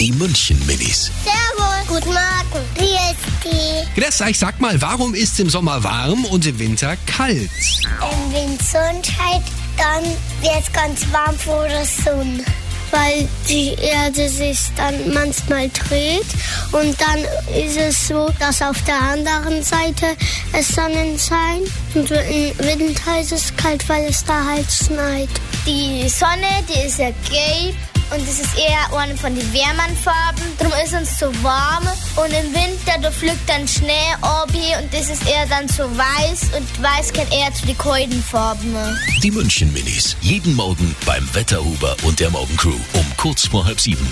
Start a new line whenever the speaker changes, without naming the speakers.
Die München Minis.
Servus. Guten Morgen. Wie ist die?
Grüß euch, sag mal, warum ist es im Sommer warm und im Winter kalt?
Im Wind Sonnenschein, dann wird es ganz warm vor der Sonne. Weil die Erde sich dann manchmal dreht und dann ist es so, dass auf der anderen Seite es Sonnenschein und im Winter ist es kalt, weil es da halt schneit.
Die Sonne, die ist ja gelb und es ist eher eine von den wärmeren Farben. Drum ist uns zu warm und im Winter da fliegt dann Schnee obi und das ist eher dann zu weiß und weiß kennt eher zu den kalten Farben.
Die München Minis. Jeden Morgen beim Wetterhuber und der Morgencrew um kurz vor halb sieben.